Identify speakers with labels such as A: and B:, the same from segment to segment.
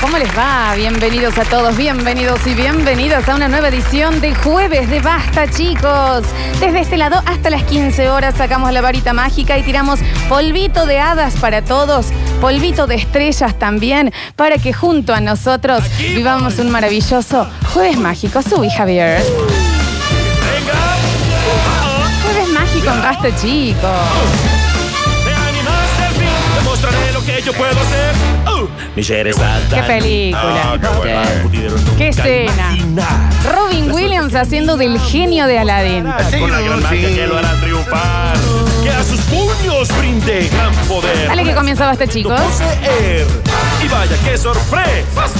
A: ¿Cómo les va? Bienvenidos a todos, bienvenidos y bienvenidas a una nueva edición de Jueves de Basta, chicos. Desde este lado hasta las 15 horas sacamos la varita mágica y tiramos polvito de hadas para todos, polvito de estrellas también, para que junto a nosotros vivamos un maravilloso Jueves Mágico. Subí, Javier. Jueves Mágico en Basta, chicos.
B: Me animaste al fin, te mostraré lo que yo puedo hacer. Uh. Mis seres
A: ¡Qué
B: Ah,
A: película! ¡Qué escena! Robin Williams haciendo del genio de Aladdin.
B: Con la gran magia que lo hará triunfar. Que a sus puños brinde gran poder.
A: Dale que comienza Basta, chicos.
B: Poseer. Y vaya, qué sorpresa.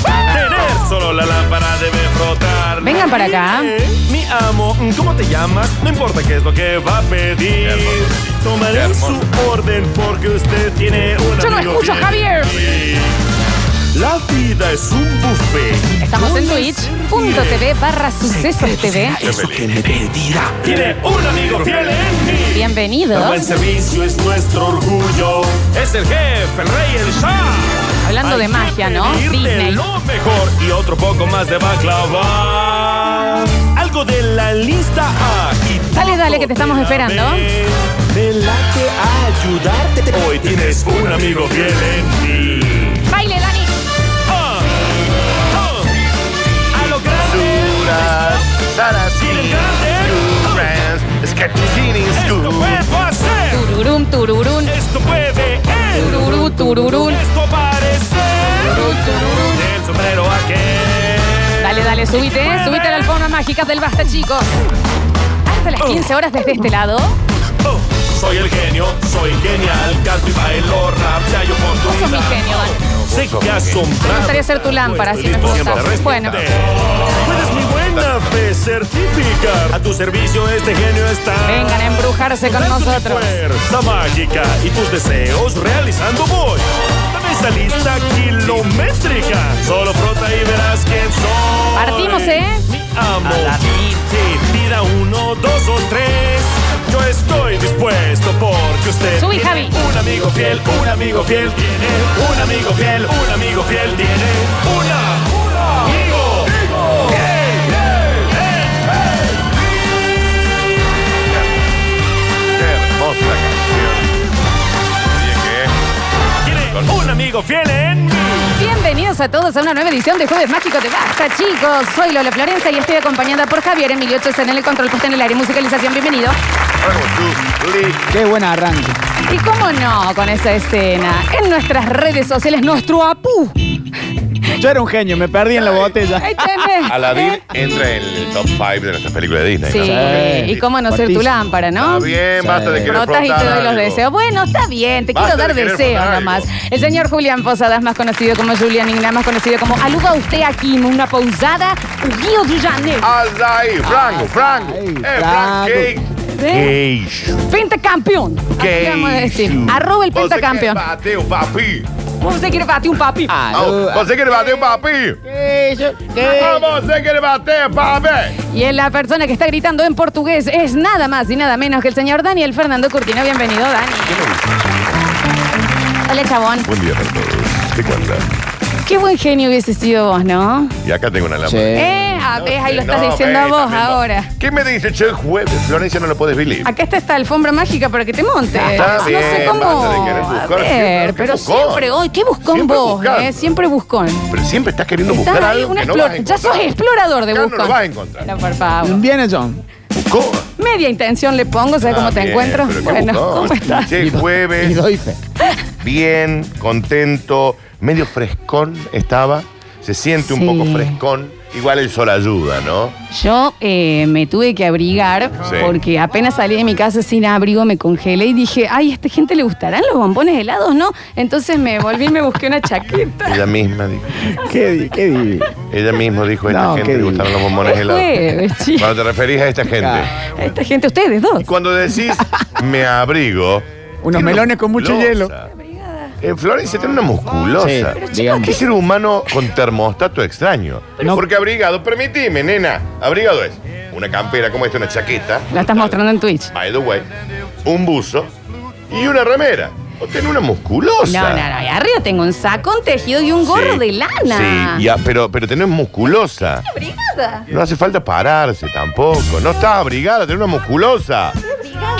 B: Tener solo la lámpara debe frotar.
A: Vengan para acá.
B: Mi amo, ¿cómo te llamas? No importa qué es lo que va a pedir. Tomaré su orden porque usted tiene una.
A: Yo no escucho, Javier.
B: La vida es un buffet.
A: Estamos en
B: Una
A: twitch.tv barra sucesos TV.
C: Eso que me pedirá.
B: Tiene un amigo fiel en mí. El buen
A: Bienvenidos.
B: servicio es nuestro orgullo. Es el jefe, el rey, el shah.
A: Hablando de
B: Hay
A: magia, ¿no?
B: que pedirle
A: Disney.
B: Lo mejor y otro poco más de baklava. Algo de la lista A. y
A: Dale,
B: todo
A: dale, que te
B: de
A: estamos
B: la
A: esperando.
B: B. Velate a ayudarte. Hoy tienes un amigo fiel en ti.
A: Baile, Dani.
B: Ah, ah. A lo grande. Sin el grande. Esto puedo hacer.
A: Tururum, tururún.
B: Esto puede él.
A: Tururú, tururún.
B: Esto parece
A: tururú, tururún.
B: el sombrero aquel.
A: Dale, dale, subite, eh. subite a la alfombra mágica del Basta, chicos. Hasta las 15 horas desde este lado.
B: Oh, soy el genio, soy genial, canto y bailo rap, si hay
A: Vos sos mi
B: oportunidad.
A: genio, Dani.
B: Sé que asombrado.
A: Me gustaría ser tu lámpara, si me esposas. Bueno,
B: Puedes mi buena fe certificar. A tu servicio este genio está.
A: vengan a embrujarse con
B: Dando mi
A: nosotros.
B: Fuerza mágica y tus deseos realizando voy. Dame esa lista kilométrica. Solo frota y verás quién soy.
A: Partimos, ¿eh?
B: Mi amo. Sí, tira uno, dos o tres. Yo estoy dispuesto porque usted.
A: Subí,
B: tiene
A: Javi.
B: Un amigo fiel, un amigo fiel tiene. Un amigo fiel, un amigo fiel tiene. Una. un amigo. Fiel,
C: hermosa canción.
B: Tiene un amigo fiel en mí.
A: Bienvenidos a todos a una nueva edición de Jueves Mágico de Basta, chicos. Soy Lola Florencia y estoy acompañada por Javier Emilio Chesa en el control puesto en el área y musicalización. Bienvenido.
D: Qué buen arranque.
A: Y cómo no con esa escena. En nuestras redes sociales, nuestro apú.
D: Yo era un genio, me perdí en la botella.
A: Ahí tenés.
C: Aladdin entra en el top 5 de nuestras películas de Disney.
A: Sí,
D: Sí.
A: y cómo no ser tu
D: Fortísimo.
A: lámpara, ¿no?
C: ¿no? Está bien, basta de
D: Sí.
C: que
A: Notas y te doy los deseos. Bueno, está bien, te
C: Basta
A: quiero dar
C: de querer
A: deseos
C: frotar
A: nomás.
C: algo.
A: El señor Julián Posadas, más conocido como Julián Igna, más conocido como Aluga usted aquí en una pausada, Guío Dujane.
C: Ah, Aldair, Franco, Franco.
D: Ay,
C: Eh,
D: Franco.
C: Frank
A: ¿eh? Pentacampeón. Así le vamos a decir. Arroba el pentacampeón.
C: Bateo, papi.
A: Vos te quiere batir un papi.
C: Oh, ¿Vos querés bater, papi? Ah, ¿Vos querés bater, papi?
A: Y es la persona que está gritando en portugués es nada más y nada menos que el señor Daniel Fernando Curtino. Bienvenido, Dani. Hola, chabón.
C: Buen día para todos. ¿Te cuenta?
A: Qué buen genio hubiese sido vos, ¿no?
C: Y acá tengo una lámpara.
D: Che.
A: Eh, a ver, ahí lo estás
C: No,
A: diciendo a
C: ve,
A: vos
C: también va.
A: ahora.
C: ¿Qué me dice? Che, jueves. Florencia no lo puedes vivir.
A: Acá está esta alfombra mágica para que te montes.
C: Está
A: no
C: bien,
A: sé cómo.
C: basta de querer
A: a
C: buscar, siempre,
A: ver,
C: qué
A: pero
C: buscón.
A: siempre hoy. ¿Qué buscón
C: Siempre
A: vos?
C: buscando.
A: eh? Siempre buscón.
C: Pero siempre estás queriendo
A: Estás
C: buscar
A: ahí,
C: algo
A: un
C: que no vas a
A: explor- ya sos
C: encontrar.
A: explorador de
C: Acá no
A: buscón.
C: lo vas a encontrar.
A: No, por favor.
D: Viene John.
C: Buscó.
A: Media intención le pongo, ¿sabes cómo
C: Ah,
A: te
C: bien,
A: encuentro?
C: pero qué
A: Bueno,
C: buscón.
A: ¿cómo estás?
C: Che,
D: Y
C: jueves,
D: doy fe.
C: bien, contento, medio frescón estaba. Se siente
A: Sí.
C: un poco frescón. Igual el sol ayuda, ¿no?
A: Yo eh, me tuve que abrigar
C: Sí.
A: porque apenas salí de mi casa sin abrigo, me congelé y dije, ay, ¿a esta gente le gustarán los bombones helados, no? Entonces me volví y me busqué una chaqueta.
C: Ella misma dijo.
D: Qué, di- qué divino.
C: Ella misma dijo, esta
D: No,
C: gente
D: qué
C: le gustan
D: divino.
C: los bombones
A: Es
C: helados.
A: jueves, chico.
C: Cuando te referís a esta gente.
D: Claro.
A: A Esta gente, ustedes dos.
C: Cuando decís, me abrigo.
D: Unos
C: tiene
D: melones
C: una
D: con mucho
C: musculosa.
D: hielo.
C: En Florencia tiene una
D: Sí,
C: musculosa.
D: pero
C: ¿Qué
D: chicos, ¿qué-
C: ser humano con termostato extraño?
D: No.
C: Porque abrigado, permitime, nena. Abrigado es una campera como esta, una chaqueta.
A: La estás mostrando en Twitch.
C: By the way. Un buzo y una remera. Vos tenés una musculosa.
A: No, no, no. Y arriba tengo un sacón tejido y un gorro
C: Sí.
A: de lana.
C: Sí, ya, pero, pero tenés musculosa.
A: Brigada.
C: No hace falta pararse tampoco. No estás abrigada, tenés una musculosa.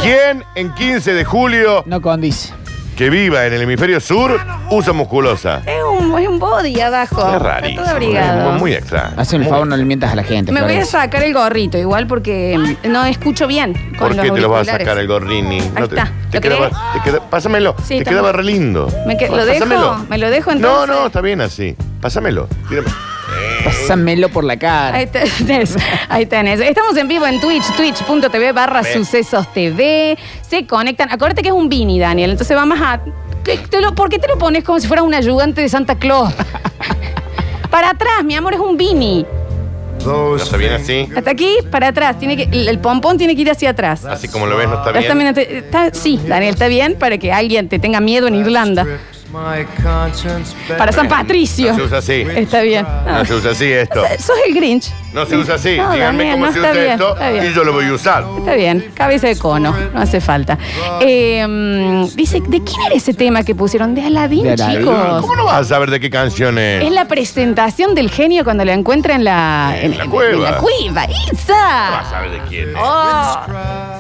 C: ¿Quién en 15 de julio
D: No condice.
C: que viva en el hemisferio sur usa musculosa?
A: Es un, es un body abajo.
C: Es
A: Está
C: rarísimo.
A: todo abrigado.
C: Es muy, muy extraño.
D: Hacen el
C: Muy-
D: favor, no le mientas a la gente.
A: Me voy a
D: Florencia.
A: sacar el gorrito igual porque mm, no escucho bien con
C: ¿Por
A: los
C: qué te lo vas a
A: auriculares.
C: sacar el gorrini? No te,
A: está.
C: te
A: ¿Lo
C: quedaba,
A: querés?
C: te queda- pásamelo.
A: Sí,
C: te
A: toma.
C: quedaba re lindo.
A: Me que- ¿lo dejo? ¿Me lo dejo
C: No,
A: entonces?
C: no, está bien así. Pásamelo. Tírame.
D: Pásamelo por la cara.
A: Ahí tenés, ahí tenés. Estamos en vivo en Twitch, twitch.tv barra
C: Ve.
A: sucesos TV. Se conectan. Acuérdate que es un Vini, Daniel. Entonces va más a. ¿Qué te lo- ¿Por qué te lo pones como si fueras un ayudante de Santa Claus? para atrás, mi amor, es un Vini.
C: No está bien así.
A: Hasta aquí, para atrás. Tiene que, el, el pompón tiene que ir hacia atrás.
C: Así como lo ves, no está
A: Ya
C: bien.
A: está bien, te- está- sí, Daniel, está bien para que alguien te tenga miedo en Irlanda. Para San Patricio.
C: No se usa así.
A: Está bien. No.
C: No se usa así esto.
A: Sos el Grinch.
C: No se usa así.
A: No,
C: Díganme
A: Daniel,
C: cómo
A: no
C: se
A: está
C: usa
A: bien,
C: esto
A: está bien.
C: y yo lo voy a usar.
A: Está bien, cabeza de cono, no hace falta. Eh, mm, dice, ¿de quién era ese tema que pusieron? De Aladdin,
D: De Aladín.
A: chicos.
C: ¿Cómo no vas a saber de qué canción
A: Es
C: es?
A: la presentación del genio cuando lo encuentra en la,
C: En la cueva.
A: en la cueva,
C: No vas a
A: ¡Isa!
C: saber de quién es.
A: Oh,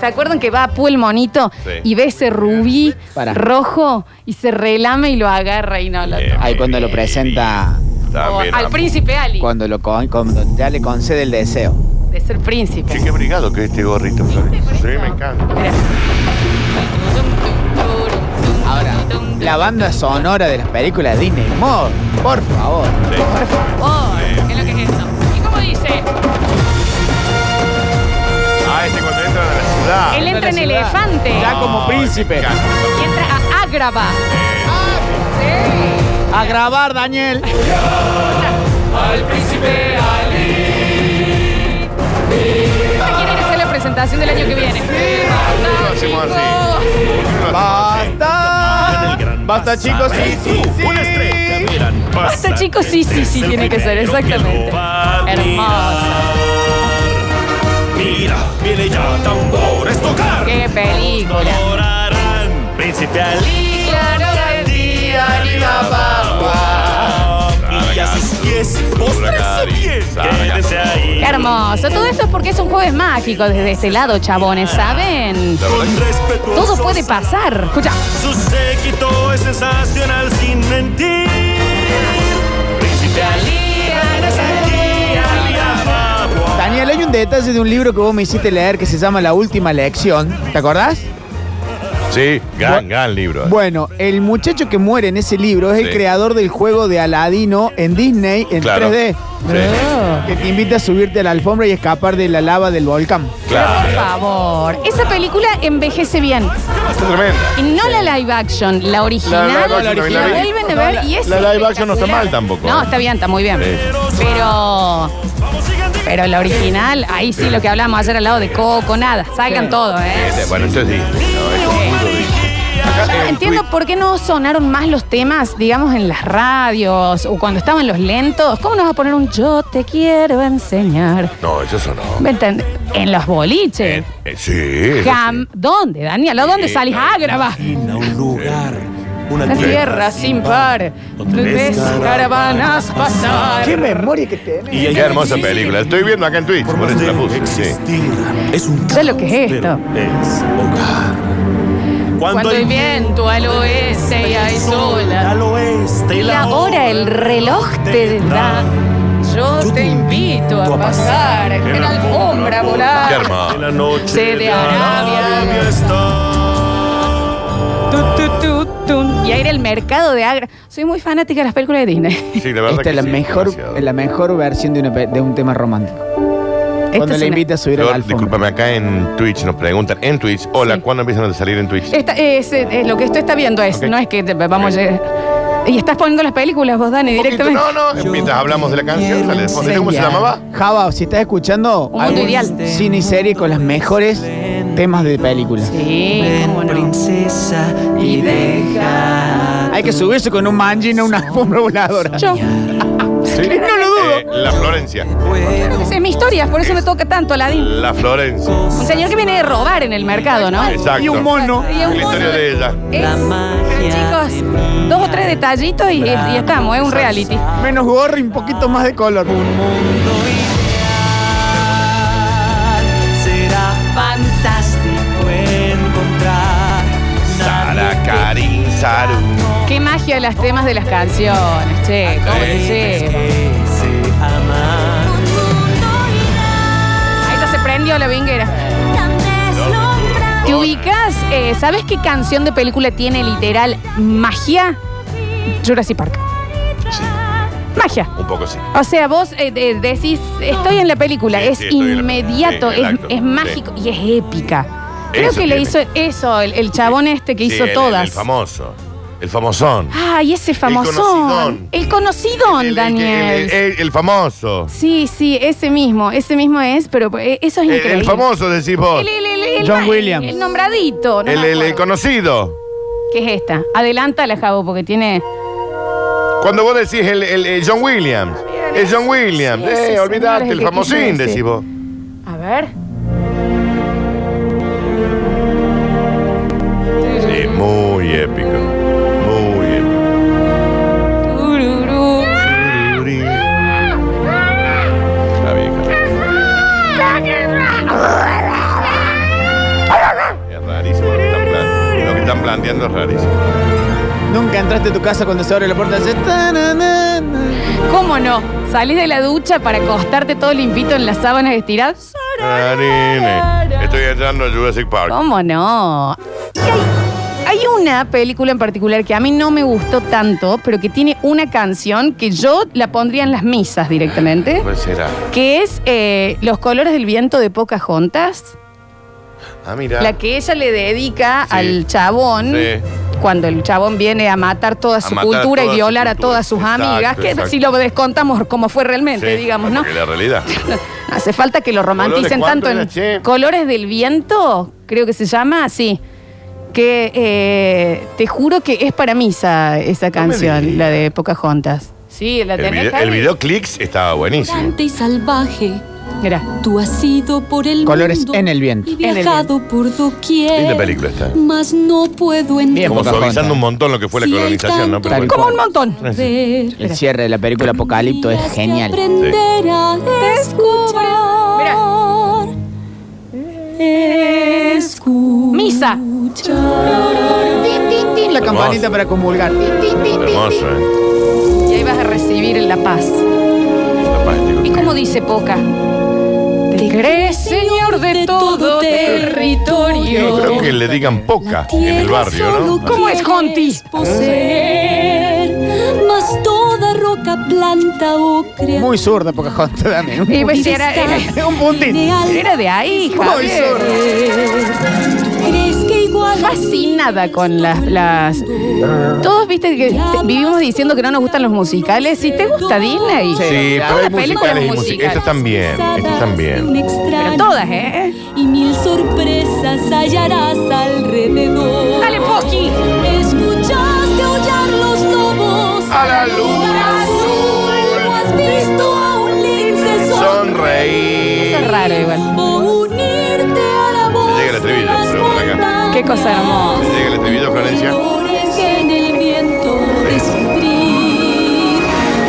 A: ¿Se acuerdan que va a Pú el monito
C: Sí.
A: y ve ese rubí
D: Pará.
A: rojo y se relame y lo agarra y no lo
C: Bien.
A: toma?
D: Ahí cuando lo presenta,
A: O
C: También,
A: al
C: am-
A: príncipe Ali,
D: cuando, lo con- cuando ya le concede el deseo.
A: de ser príncipe.
C: Che, qué brigado que es este gorrito, Florencia. Sí, me encanta.
A: Mirá.
D: Ahora, la banda sonora de las películas Disney Mod, por favor.
A: Oh, ¿qué es lo que es eso? ¿Y cómo dice?
C: Ah, este cuando entra a la ciudad.
A: Él entra en
D: Ciudad.
A: elefante.
D: Ya como príncipe.
A: Y entra a Ágrava. Sí.
D: A grabar, Daniel.
A: Esta quieren hacer la presentación del año que viene.
C: Lo hacemos así.
D: Basta. Basta, chicos. Sí, sí, sí.
B: Una estrella, miran,
A: Basta, chicos, Este sí, sí, sí,
B: Es el
A: tiene que ser,
B: primero que
A: exactamente.
B: lo va a mirar. Mira, viene ya tambores tocar.
A: ¡Qué película!
B: Adorarán, príncipe Ali.
A: Claro que sí,
B: Y así sí es, postrarse bien. Quédense ahí.
A: Qué hermoso. Todo esto es porque es un jueves mágico desde este lado, chabones, ¿saben?
B: Con respetuoso.
A: Todo puede pasar. Escucha.
B: Su séquito es sensacional sin mentir. Príncipe Ali, eres aquí, Ali Ababa.
D: Daniel, hay un detalle de un libro que vos me hiciste leer que se llama La Última Lección. ¿Te acordás?
C: Sí, gran, gran libro.
D: Bueno, el muchacho que muere en ese libro es el
C: Sí.
D: creador del juego de Aladino en Disney en
C: Claro.
D: 3D.
C: Sí,
A: Ah.
D: Que te invita a subirte a la alfombra y escapar de la lava del volcán.
A: Por
C: claro.
A: favor. Esa película envejece bien.
C: Está tremenda.
A: Y no la live action, la original.
C: La live
D: action,
A: la
D: la vi.
A: vuelven a ver y es
C: La live action no está
A: espectacular.
C: mal tampoco. ¿eh?
A: No, está bien, está muy bien.
C: Sí.
A: Pero.
B: Vamos, sigan de-
A: Pero la original, ahí sí lo que hablamos ayer al lado de Coco, nada. Salgan todo, ¿eh?
C: Este, Bueno, esto es Disney, ¿no? Esto es puro Disney. Acá
A: Yo
C: en
A: no
C: el
A: entiendo
C: tweet-
A: por qué no sonaron más los temas, digamos, en las radios o cuando estaban los lentos. ¿Cómo nos va a poner un yo te quiero enseñar?
C: No, eso sonó.
A: ¿Me entendés? En los boliches.
C: Eh, eh, sí. eso
A: Cam- ¿Dónde, Daniel? ¿A dónde
C: Sí,
A: salís? Ah,
C: no,
A: Ágrava.
E: Imagina un lugar, una
A: La tierra sin par. Ves caravanas pasar.
D: ¡Qué memoria que tenés!
C: sí. Qué hermosa película. Estoy viendo acá en Twitch, por eso la puse. Sí.
E: existir. Es un
A: ¿Sabes lo que es
B: Pero
A: esto?
B: es
E: hogar.
A: Cuando hay
B: viento
A: viento al oeste y hay sol
B: al oeste
A: Y la hora el reloj te da. Yo te invito a pasar en la alfombra a
C: Qué
A: volar.
C: hermoso.
B: En la noche
A: Se de Arabia.
B: está.
A: Tu, tu, tu, tu. Y a ir al mercado de Agra. Soy muy fanática de las películas de Disney.
C: Sí, la verdad
D: Esta
C: que
D: es la
C: sí,
D: mejor,
C: demasiado.
D: la mejor versión de, una pe- de un tema romántico.
A: Esta
D: Cuando
A: es
D: le
A: una-
D: invita a subir a la
C: Flor,
D: alfombra.
C: discúlpame, acá en Twitch nos preguntan, en Twitch, hola,
A: Sí.
C: ¿cuándo empiezan a salir en Twitch?
A: Esta- es, es lo que esto está viendo es,
C: Ok.
A: no es que te- vamos a llegar. Y estás poniendo las películas vos, Dani, directamente.
C: No, no, mientras hablamos de la canción, sale después. ¿Cómo se llamaba?
D: Java, si estás escuchando
A: Un mundo ideal.
D: cine y serie con las mejores temas de películas.
A: Sí, cómo no.
E: princesa, y deja.
D: Hay que subirse con un manji en una alfombra voladora.
A: Yo.
C: Sí.
A: No lo dudo.
C: Eh, la Florencia.
A: Esa es mi historia, por eso me toca tanto Aladdin.
C: La Florencia.
A: Un señor que viene de robar en el mercado, ¿no?
C: Exacto.
D: Y un mono.
A: Y un
C: La historia de ella.
A: Es-
F: La magia
A: chicos,
F: de mi
A: dos o tres detallitos y, y estamos, es un reality.
D: Menos gorro y un poquito más de color.
F: mundo ideal. Será fantástico encontrar.
C: Sara Karin Saru.
A: Qué magia de las temas de las canciones, che, cómo te lleva.
F: que se aman.
A: Ahí ya se prendió la vinguera. ¿Te ubicas? eh, ¿Sabes qué canción de película tiene literal magia? Jurassic Park. Magia.
C: Un poco sí.
A: O sea, vos eh, de- decís, estoy en la película,
C: Sí,
A: es
C: sí, estoy en la-
A: inmediato,
C: sí, en
A: es,
C: el acto,
A: es
C: sí.
A: mágico y es épica. Creo
C: Eso
A: que le
C: tiene.
A: hizo eso, el, el chabón este que
C: Sí,
A: hizo
C: el- el-
A: todas. Ah,
C: El famoso. El famosón.
A: Ay, ese famosón.
C: conocidón.
A: El conocidón,
C: El- el-
A: Daniel.
C: El, el- el famoso.
A: sí, sí, ese mismo, ese mismo es, pero eh, eso es
C: El,
A: increíble.
C: el famoso, decís vos.
A: El, el- el- el-
D: John
A: el-
D: Williams.
A: El nombradito. no
C: El,
A: me
C: el- el
A: acuerdo.
C: conocido.
A: ¿Qué es esta? Adelanta la Jabo porque tiene.
C: Cuando vos decís el, el- el John Williams. El John Williams.
A: Sí, ese
C: eh,
A: señor es
C: olvidate,
A: el
C: el
A: que quise
C: famosín,
A: decir.
C: decís vos.
A: A ver.
C: Sí, muy épico. Muy épico.
A: Tururú.
C: La vieja. Es rarísimo lo que están planteando. Lo que están planteando es rarísimo.
D: Nunca entraste a tu casa cuando se abre la puerta y haces tananana.
A: ¿Cómo no? Salís de la ducha para acostarte todo limpito en las sábanas estiradas.
C: Clarine. Estoy entrando a Jurassic Park.
A: ¿Cómo no? Y Hay, hay una película en particular que a mí no me gustó tanto, pero que tiene una canción que yo la pondría en las misas directamente,
C: ¿Cuál será?
A: que es eh, Los colores del viento de Pocahontas,
C: Ah, mira.
A: la que ella le dedica
C: Sí.
A: al chabón.
C: Sí.
A: Cuando el chabón viene a matar toda su
C: matar
A: cultura
C: toda
A: y
C: su
A: violar a
C: cultura.
A: todas sus
C: Exacto,
A: amigas, que
C: exacto.
A: si lo descontamos como fue realmente,
C: Sí,
A: digamos,
C: hasta
A: ¿no?
C: que la realidad.
A: Hace falta que lo romanticen
C: ¿Colores
A: tanto
C: cuánto
A: en
C: era, che?
A: Colores del Viento, creo que se llama, sí. Que eh, te juro que es para misa esa canción,
C: digas.
A: la de Pocahontas. Sí, la
C: El
A: tenés.
C: video, el
A: Javi?
C: videoclips estaba buenísimo.
G: Errante y salvaje,
A: Mirá.
G: tú has ido por el
D: Colores
G: mundo
D: en el viento.
G: y
A: En el
G: viajado por doquier.
C: Linda película esta.
G: Mas no puedo
D: Bien,
C: Como
G: entender.
D: Pocahontas.
C: suavizando un montón lo que fue la
G: Si hay
C: colonización, ¿no? Pero
G: tanto
D: Tal
C: bueno.
A: Como un montón.
D: El cierre de la película Apocalipto es
G: Tendrías que
D: genial.
G: Aprender a escuchar.
A: Misa.
D: La campanita para comulgar.
C: Hermoso, ¿eh?
A: Y ahí vas a recibir la paz.
C: Fantástico.
A: ¿Y cómo dice Poca? Te crees señor de todo
C: Yo creo
A: territorio.
C: que le digan poca en el barrio, ¿no?
A: ¿Cómo es, Conti?
G: Jonti? Poseer, mas toda roca, planta o
D: Muy
G: creatura.
D: zurda Pocahontas también. Un
A: Y pues,
D: puntito.
A: era, era-
D: Un puntito.
G: ideal.
A: era de ahí,
D: Muy
A: Javier.
D: zurda.
G: ¿Crees que igual a
A: fascinada
G: mí
A: con las-
G: estoy
A: las-
G: mundo?
A: Todos viste que te- vivimos diciendo que no nos gustan los musicales. Si te gusta Disney,
D: Sí.
C: Sí, pero hay
D: Claro.
A: Una película
C: musicales y
A: musical.
C: musicales. Estos también, estos
G: Un
C: también.
G: extraño.
A: pero todas, ¿eh?
G: Y mil sorpresas hallarás alrededor.
A: Dale, Poki.
G: Escuchaste aullar los lobos.
C: A la luna
G: azul. O has visto a un lince
A: Eso es
C: Sonreír.
A: raro igual.
G: O unirte a la voz.
C: Llega el estribillo,
G: de las
C: pero por acá.
G: montañas.
A: Qué cosa hermosa.
C: Llega el estribillo, Florencia.
G: Colores en el viento descubrir.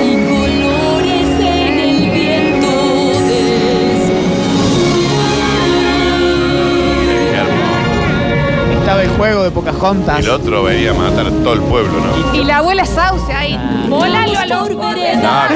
G: Y colores en el viento descubrir.
D: Estaba el juego de Pocahontas.
C: El otro veía matar a todo el pueblo, ¿no?
A: Y la abuela Sauce ahí,
C: Ah.
A: volalo a los
G: Por veredas.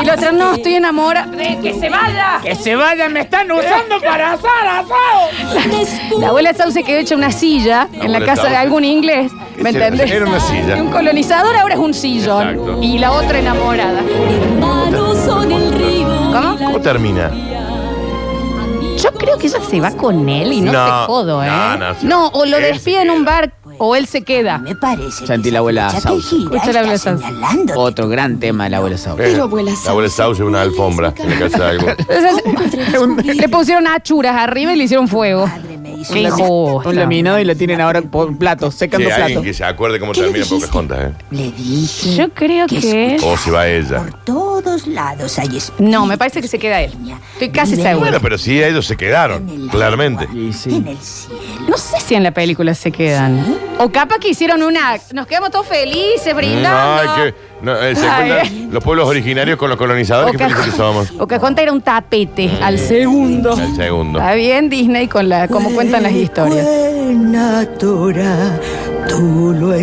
A: Y la otra, no, estoy enamorada de que se vaya.
D: ¡Que se vayan! ¡Me están usando para azar, asado!
A: La abuela Sauce quedó hecha una silla en la
C: abuela
A: casa de
C: Sauce.
A: algún inglés. ¿Me
C: Era-
A: entendés?
C: era una silla.
A: Un colonizador ahora es un sillón.
C: Exacto.
A: Y la otra enamorada.
G: Hermanos son el río.
A: ¿Cómo?
C: ¿Cómo termina?
A: Yo creo que ella se va con él y no,
C: No,
A: te jodo, ¿eh?
C: no, no, sí.
A: no, o lo
C: Él se
A: despide en un
C: queda.
A: bar o él se queda.
H: Me parece. que
D: Sentí la abuela
H: ya te
D: Sauce.
H: gira,
A: Escucha la abuela
H: está
A: Sauce.
H: señalando.
D: Otro gran tema de la abuela Sauce.
C: Eh,
G: abuela
C: La abuela Sauce es una alfombra en la casa de algo.
A: Oh, Entonces, le pusieron achuras arriba y le hicieron fuego.
H: Padre me hizo
A: Qué
D: lami-
A: injusto.
D: un laminado y lo tienen ahora por platos,
C: Que
D: secando
C: hay alguien
D: platos.
C: que se acuerde cómo
H: ¿Qué le
C: termina
H: dijiste?
C: Pocahontas, ¿eh?
H: Le dije.
A: Yo creo que-
H: escucha,
C: O si va ella.
H: Por todos lados hay espíritus.
A: No, me parece que se queda él. Estoy casi
H: Viven
A: segura.
C: Bueno, pero sí, ellos se
H: en el
C: quedaron,
H: agua,
C: claramente.
D: Y sí.
H: En el cielo.
A: No sé si en la película se quedan. O capaz que hicieron una. Nos quedamos todos felices, brindando.
C: No, es que. no, eh, se
A: Ay.
C: cuentan los pueblos originarios con los colonizadores, qué Mm. felices que somos.
A: o Pocahontas era un tapete al segundo.
C: El segundo.
A: Está bien Disney con la como cuentan las historias.
H: Buena Torah, tú lo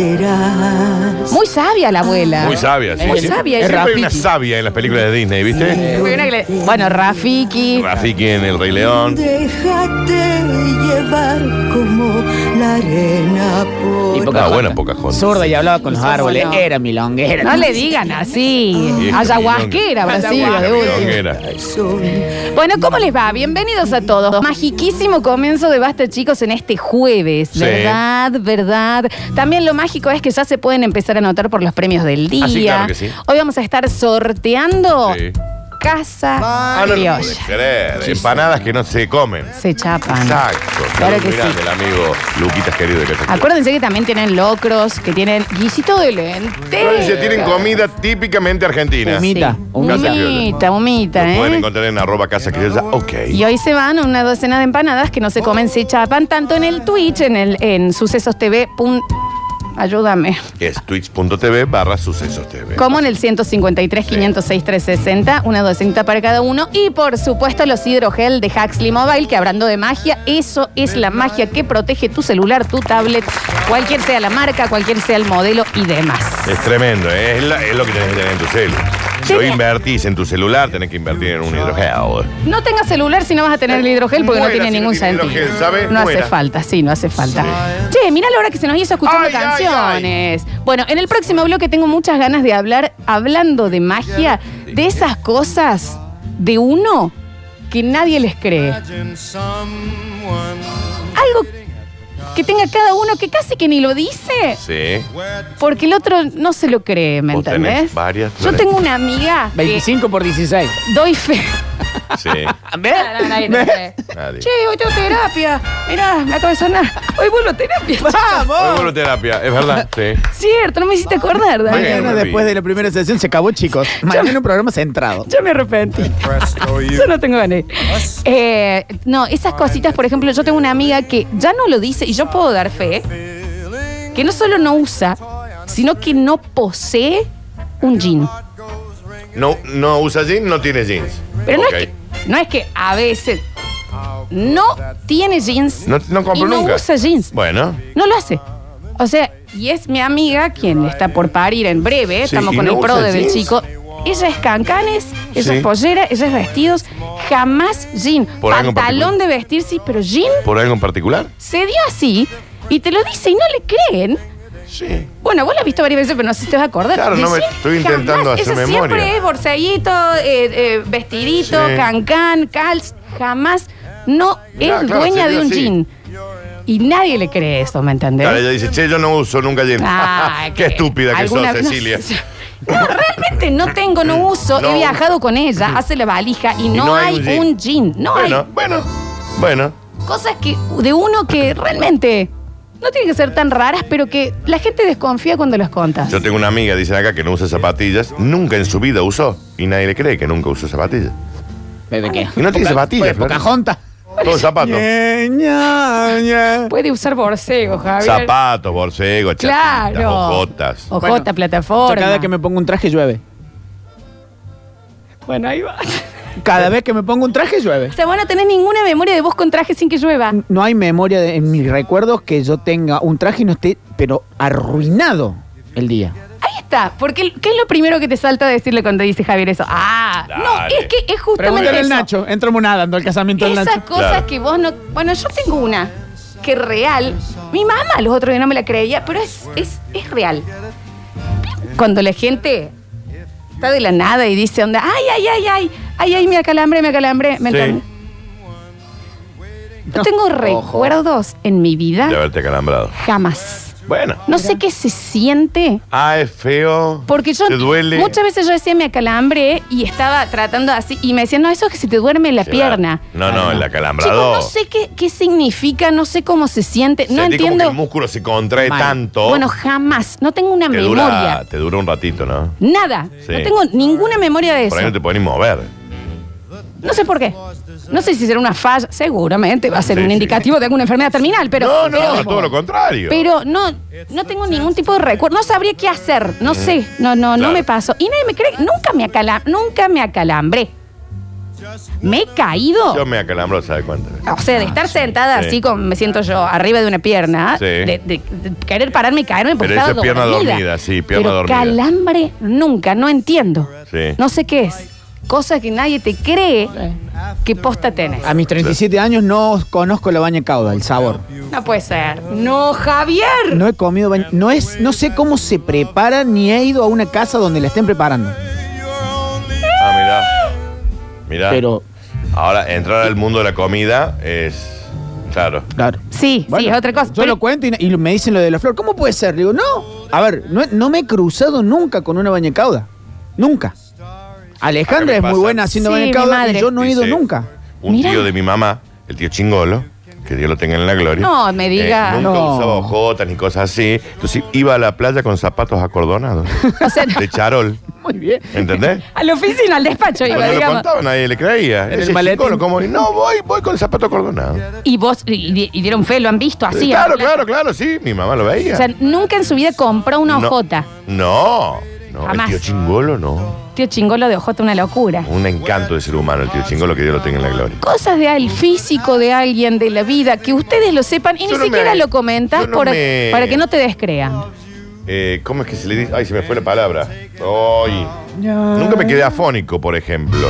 H: entenderás.
A: Muy sabia la abuela.
C: Muy sabia, sí.
A: Ah. Muy
C: sí.
A: sabia.
C: Siempre
A: ella.
C: hay una sabia en las películas de Disney, ¿viste?
A: Fue una que le- Bueno, Rafiki.
C: Rafiki en El Rey León.
H: Déjate llevar como la arena por...
D: Y poca
C: Ah, buena Pocahontas.
D: Zurda y hablaba con los
A: cómo
D: árboles.
A: no.
D: Era milonguera.
A: No le digan así.
C: Vieja
A: Ayahuasquera, Brasil,
C: milonga.
A: de
C: Vieja
A: última.
C: milonguera.
A: Bueno, ¿cómo les va? Bienvenidos a todos. Magiquísimo comienzo de Basta, chicos, en este jueves.
C: Sí.
A: ¿Verdad? ¿Verdad? También lo mágico es que ya se pueden empezar a anotar por los premios del día.
C: Ah, sí, claro que sí.
A: Hoy vamos a estar sorteando
C: Sí.
A: Casa
C: Ah, no lo
A: Criolla.
C: puedes creer. Empanadas que no se comen.
A: Se chapan.
C: Exacto.
A: Claro que
C: Muy
A: sí.
C: grande el amigo Luquitas querido de Cachacú.
A: Acuérdense que también tienen locros, que tienen guisito de
C: Florencia,
A: lente.
C: tienen comida típicamente argentina.
D: Humita.
C: Casa criolla.
A: Humita, humita,
C: Lo pueden
A: ¿eh?
C: encontrar en arroba casa criolla. Ok.
A: Y hoy se van una docena de empanadas que no se comen, se chapan, tanto en el Twitch, en, el, en sucesos TV. pun- Ayúdame.
C: Es twitch.tv barra sucesos TV.
A: Como en el 153, 506, 360, una docenita para cada uno. Y por supuesto, los hidrogel de Huxley Mobile, que hablando de magia, eso es la magia que protege tu celular, tu tablet, cualquier sea la marca, cualquier sea el modelo y demás.
C: Es tremendo, ¿eh? es, la- es lo que tenés que tener en tu celu. Si hoy invertís en tu celular, tenés que invertir en un hidrogel.
A: No tengas celular si no vas a tener el hidrogel porque no
C: Eh, Muera
A: tiene
C: si no
A: ningún
C: tiene
A: sentido.
C: hidrogel, ¿sabe?
A: No
C: Muera.
A: hace falta, sí, no hace falta. Che, mira la hora que se nos hizo escuchando
C: Ay, ay, ay.
A: canciones. Bueno, en el próximo bloque tengo muchas ganas de hablar, hablando de magia, de esas cosas de uno que nadie les cree. Algo que tenga cada uno que casi que ni lo dice,
C: Sí.
A: porque el otro no se lo cree, ¿me
C: Vos tenés
A: entendés?
C: varias,
A: Yo
C: Florencia.
A: tengo una amiga que
D: 25 por 16.
A: doy fe.
C: Sí.
D: ¿Ves?
A: No, no, nadie lo cree.
C: Nadie.
A: Che, hoy tengo terapia. Mirá, me acaba de sonar. Hoy vuelvo a terapia.
C: Hoy
D: ¡Vamos!
C: vuelvo a terapia, es verdad. Sí.
A: Cierto, no me hiciste acordar, Dani.
C: Bueno.
D: Mañana, después de la primera sesión, se acabó, chicos. Mañana un programa centrado.
A: Yo me arrepentí. Yo no tengo ganas. Eh, no, esas cositas, por ejemplo, yo tengo una amiga que ya no lo dice y yo puedo dar fe, que no solo no usa, sino que no posee un jean.
C: No, no usa jeans, no tiene jeans.
A: Pero
C: Ok.
A: no, es que, no es que a veces no tiene jeans
C: No, no compro
A: y no
C: nunca.
A: usa jeans.
C: Bueno.
A: No lo hace. O sea, y es mi amiga quien está por parir en breve.
C: Sí,
A: Estamos
C: y
A: con
C: no
A: el pro
C: usa
A: del
C: jeans.
A: chico. Ella es cancanes, ella
C: Sí.
A: es pollera, ella es vestidos. Jamás jean.
C: Por algo en
A: Pantalón de vestir, sí, pero jean
C: ¿Por algo en particular?
A: se dio así y te lo dice y no le creen.
C: Sí.
A: Bueno, vos la has visto varias veces, pero no sé si te vas a acordar.
C: Claro,
A: De
C: no me-
A: jean,
C: estoy intentando hacer
A: Ella
C: memoria.
A: Siempre es borseguito, eh, eh, vestidito,
C: Sí.
A: cancán, calz. Jamás no es
C: Claro, claro,
A: dueña
C: se
A: de
C: dio
A: un
C: así.
A: jean. Y nadie le cree eso, ¿me entendés?
C: Claro, ella dice, che, yo no uso nunca jeans.
A: Ah,
C: Qué estúpida que sos,
A: alguna- no,
C: Cecilia.
A: No, realmente no tengo, no uso.
C: No.
A: He viajado con ella, hace la valija y no,
C: no hay
A: hay,
C: un jean.
A: un jean. No
C: bueno, bueno, bueno.
A: hay cosas que de uno que realmente no tienen que ser tan raras, pero que la gente desconfía cuando las contas.
C: Yo tengo una amiga, dicen acá, que no usa zapatillas. Nunca en su vida usó. Y nadie le cree que nunca usó zapatillas.
D: ¿Bebe qué? Pues,
C: Y no tiene zapatillas,
D: Poca
C: Florencia.
D: jonta.
C: Todo zapato.
A: Puede usar borcego, Javier.
C: Zapatos, borcegos, chatitas,
A: Claro.
C: ojotas.
A: Ojota,
D: Bueno,
A: plataforma.
D: Yo cada vez que me pongo un traje llueve.
A: Bueno, ahí va.
D: Cada vez que me pongo un traje llueve.
A: O sea, vos no tenés ninguna memoria de vos con traje sin que llueva.
D: No hay memoria de- en mis recuerdos que yo tenga un traje y no esté, pero arruinado el día.
A: Ahí está. Porque, ¿qué es lo primero que te salta a decirle cuando dice Javier eso? Ah,
C: Dale.
A: no, es que es justamente
D: Pregúntale al
A: eso.
D: Nacho. Entramos nadando al casamiento del
A: Esas
D: Nacho.
A: cosas
C: Claro.
A: que vos no. Bueno, yo tengo una que real. Mi mamá los otros días no me la creía, pero es, es, es real. Cuando la gente está de la nada y dice onda, ay, ay, ay, ay, ay, ay, me acalambre, me acalambre, ¿me
C: Sí.
A: entiendes? Yo tengo
D: Ojo.
A: recuerdos en mi
C: De
A: vida
C: haberte acalambrado.
A: jamás.
C: Bueno.
A: No sé qué se siente.
C: Ah, es feo.
A: Porque yo
C: Te duele.
A: muchas veces yo decía me acalambré y estaba tratando así y me decían, no, eso es que se te duerme la
C: Claro.
A: pierna.
C: No, no, el
A: Chicos,
C: acalambrador.
A: no sé qué, qué significa, no sé cómo se siente, no
C: Sentí como que
A: entiendo.
C: el músculo se contrae
D: Mal.
C: tanto.
A: Bueno, jamás, no tengo una
C: te
A: memoria.
C: dura, te dura un ratito, ¿no?
A: Nada,
C: Sí.
A: no tengo ninguna memoria de eso.
C: Por ahí no te pueden ni mover.
A: No sé por qué. No sé si será una falla, seguramente va a ser
C: Sí,
A: un
C: sí.
A: indicativo de alguna enfermedad terminal, pero.
C: no, no,
A: pero-
C: todo lo contrario.
A: Pero no, no tengo ningún tipo de recuerdo. No sabría qué hacer. No sé. No, no, no
C: Mm. Claro.
A: me pasó. Y nadie me cree. Nunca me acala, nunca me acalambré. Me he
C: Yo
A: caído.
C: me acalambro, ¿sabe cuántas veces?
A: O sea, de estar sentada
C: Ah, Sí.
A: así como me siento yo, arriba de una pierna,
C: Sí.
A: de, de- de querer pararme y caerme porque
C: Pero esa
A: estaba
C: es pierna dormida, sí, pierna
A: Pero
C: dormida.
A: calambre nunca, no entiendo.
C: Sí.
A: No sé qué es. Cosa que nadie te cree que posta tenés.
D: A mis 37 años no conozco la baña cauda, el sabor.
A: No puede ser. ¡No, Javier!
D: No he comido baña. No, es, no sé cómo se prepara ni he ido a una casa donde la estén preparando.
C: Ah, mirá. Mirá.
D: Pero,
C: Ahora, entrar al mundo de la comida es. Claro.
D: claro.
A: Sí, sí,
D: Bueno,
A: es otra cosa.
D: Yo
A: Pero-
D: lo cuento y, y me dicen lo de la flor. ¿Cómo puede ser? Le digo, no. A ver, no, no me he cruzado nunca con una bañecauda. Nunca.
C: Acá me
D: Alejandra es muy
C: pasa.
D: buena haciendo
A: Sí, mi
D: bañecauda
A: madre.
D: y yo no he ido
C: Dice
D: nunca.
C: Un
A: Mirá.
C: tío de mi mamá, el tío Chingolo, que Dios lo tenga en la gloria. eh,
A: No, me diga.
C: nunca
D: No.
C: usaba ojotas ni cosas así. Entonces iba a la playa con zapatos acordonados.
A: O sea, no.
C: de charol.
D: Muy bien.
C: ¿Entendés?
A: A la oficina, al despacho
C: Cuando
A: iba,
C: lo
A: digamos.
C: contaba nadie le creía.
D: En
C: Ese
D: el maletín.
C: Chingolo, como, no, voy, voy con zapatos acordonados.
A: Y vos, y, y dieron fe, lo han visto así.
C: claro,
A: ¿no?
C: claro, claro, sí. Mi mamá lo veía.
A: O sea, nunca en su vida compró una
C: No.
A: ojota.
C: No, no,
A: Jamás.
C: el tío Chingolo no.
A: Tío chingolo de ojota, una locura.
C: Un encanto de ser humano el tío Chingolo, que Dios lo tenga en la gloria.
A: Cosas de al físico de alguien, de la vida, que ustedes lo sepan y
C: Yo
A: ni
C: no
A: siquiera
C: me-
A: lo comentas
C: yo no
A: por-
C: me-
A: para que no te descrean.
C: Eh, ¿Cómo es que se le dice? Ay, se me fue la palabra. Ay. Nunca me quedé afónico, por ejemplo.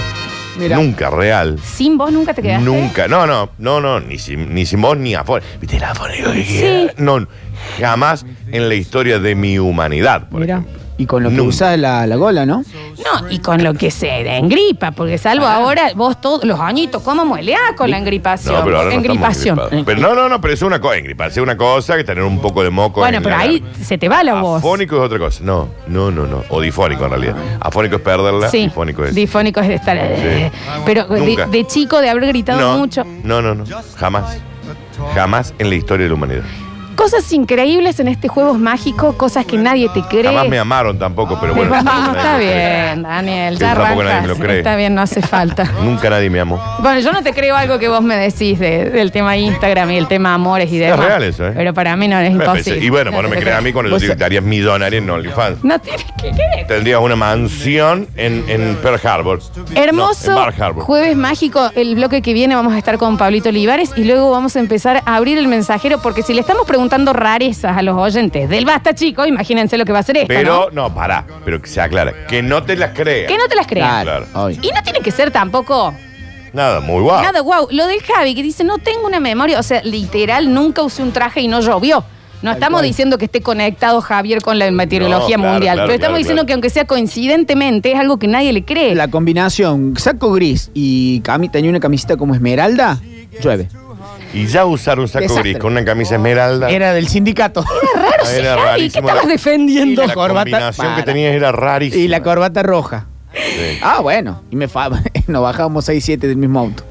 D: Mira.
C: Nunca, real.
A: Sin vos nunca te quedaste.
C: Nunca. No, no, no, no. Ni sin, ni sin voz ni afónico. ¿Viste el afónico que
A: Sí.
C: queda? No, jamás en la historia de mi humanidad, por
D: Mira.
C: ejemplo.
D: Y con lo que
C: Nunca.
D: usás la, la gola, ¿no?
A: No, y con lo que se da en gripa, porque salvo ahora, vos todos los añitos, ¿cómo moleás con la engripación?
C: No, pero ahora no
A: engripación.
C: estamos engripados. Pero no, no, no, pero es una cosa, engriparse es una cosa que tener un poco de moco
A: bueno,
C: en
A: pero
C: la
A: ahí se te va la voz.
C: Afónico es otra cosa. No, no, no, no. O difónico en realidad. Afónico es perderla.
A: Sí,
C: Difónico es. Ah,
A: difónico es de estar. eh, Pero de,
C: Nunca.
A: de chico, de haber gritado
C: no,
A: mucho.
C: No, no, no. Jamás. Jamás en la historia de la humanidad.
A: Cosas increíbles en este juego mágico, cosas que nadie te cree.
C: Jamás me amaron tampoco, pero bueno.
A: Pero no,
C: nadie
A: está
C: me cree.
A: bien, Daniel.
C: Sí,
A: Ya
C: tampoco nadie
A: arrancas.
C: me lo cree.
A: Está bien, no hace falta.
C: Nunca nadie me amó.
A: Bueno, yo no te creo algo que vos me decís de- del tema Instagram y el tema amores y demás.
C: real eso, ¿eh?
A: Pero para mí no es imposible.
C: Y bueno,
A: No
C: vos no
A: te
C: me
A: lo
C: creas a
A: creo.
C: mí cuando yo
D: Vos
C: digo que
D: sa-
C: te harías millonaria en OnlyFans.
A: No tienes que creer.
C: Tendrías una mansión en, en Pearl Harbor.
A: Hermoso
C: No, en Bar Harbor.
A: jueves mágico. El bloque que viene vamos a estar con Pablito Olivares y luego vamos a empezar a abrir el mensajero porque si le estamos preguntando rarezas a los oyentes del basta, chico, imagínense lo que va a ser esto.
C: Pero,
A: ¿no?
C: no, pará. Pero que se aclara. Que no te las creas.
A: Que no te las creas.
D: Claro.
C: Claro.
D: obvio.
A: Y no tiene que ser tampoco
C: Nada, muy guapo.
A: nada guau. Lo del Javi que dice, no tengo una memoria. O sea, literal, nunca usé un traje y no llovió. No estamos
D: cual.
A: diciendo que esté conectado Javier con la meteorología
C: No, claro,
A: mundial,
C: claro,
A: pero estamos
C: claro,
A: diciendo
C: claro.
A: que aunque sea coincidentemente, es algo que nadie le cree.
D: La combinación saco gris y cami tenía una camiseta como esmeralda, llueve.
C: Y ya usar un saco
D: Desastre.
C: gris con una camisa esmeralda.
D: Era del sindicato.
A: Raro,
C: Ah,
A: sí,
C: era
A: Javi, ¿qué
C: rarísimo.
A: estabas
C: La-
A: defendiendo?
C: La
D: corbata-
C: combinación que
D: Para.
C: tenías era rarísima.
D: y la corbata roja.
C: Sí.
D: Ah, bueno. Y me fa nos bajamos 6-7 del mismo auto.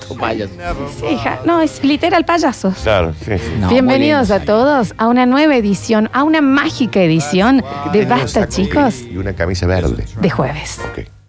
D: Estos payasos.
A: Sí, hija. No, es literal payasos.
C: Claro, sí, sí.
D: No,
A: Bienvenidos
D: muy
A: a todos a una nueva edición, a una mágica edición de
C: Tenía un
A: Basta,
C: saco
A: chicos,
C: gris Y una camisa verde.
A: de jueves.
C: Ok.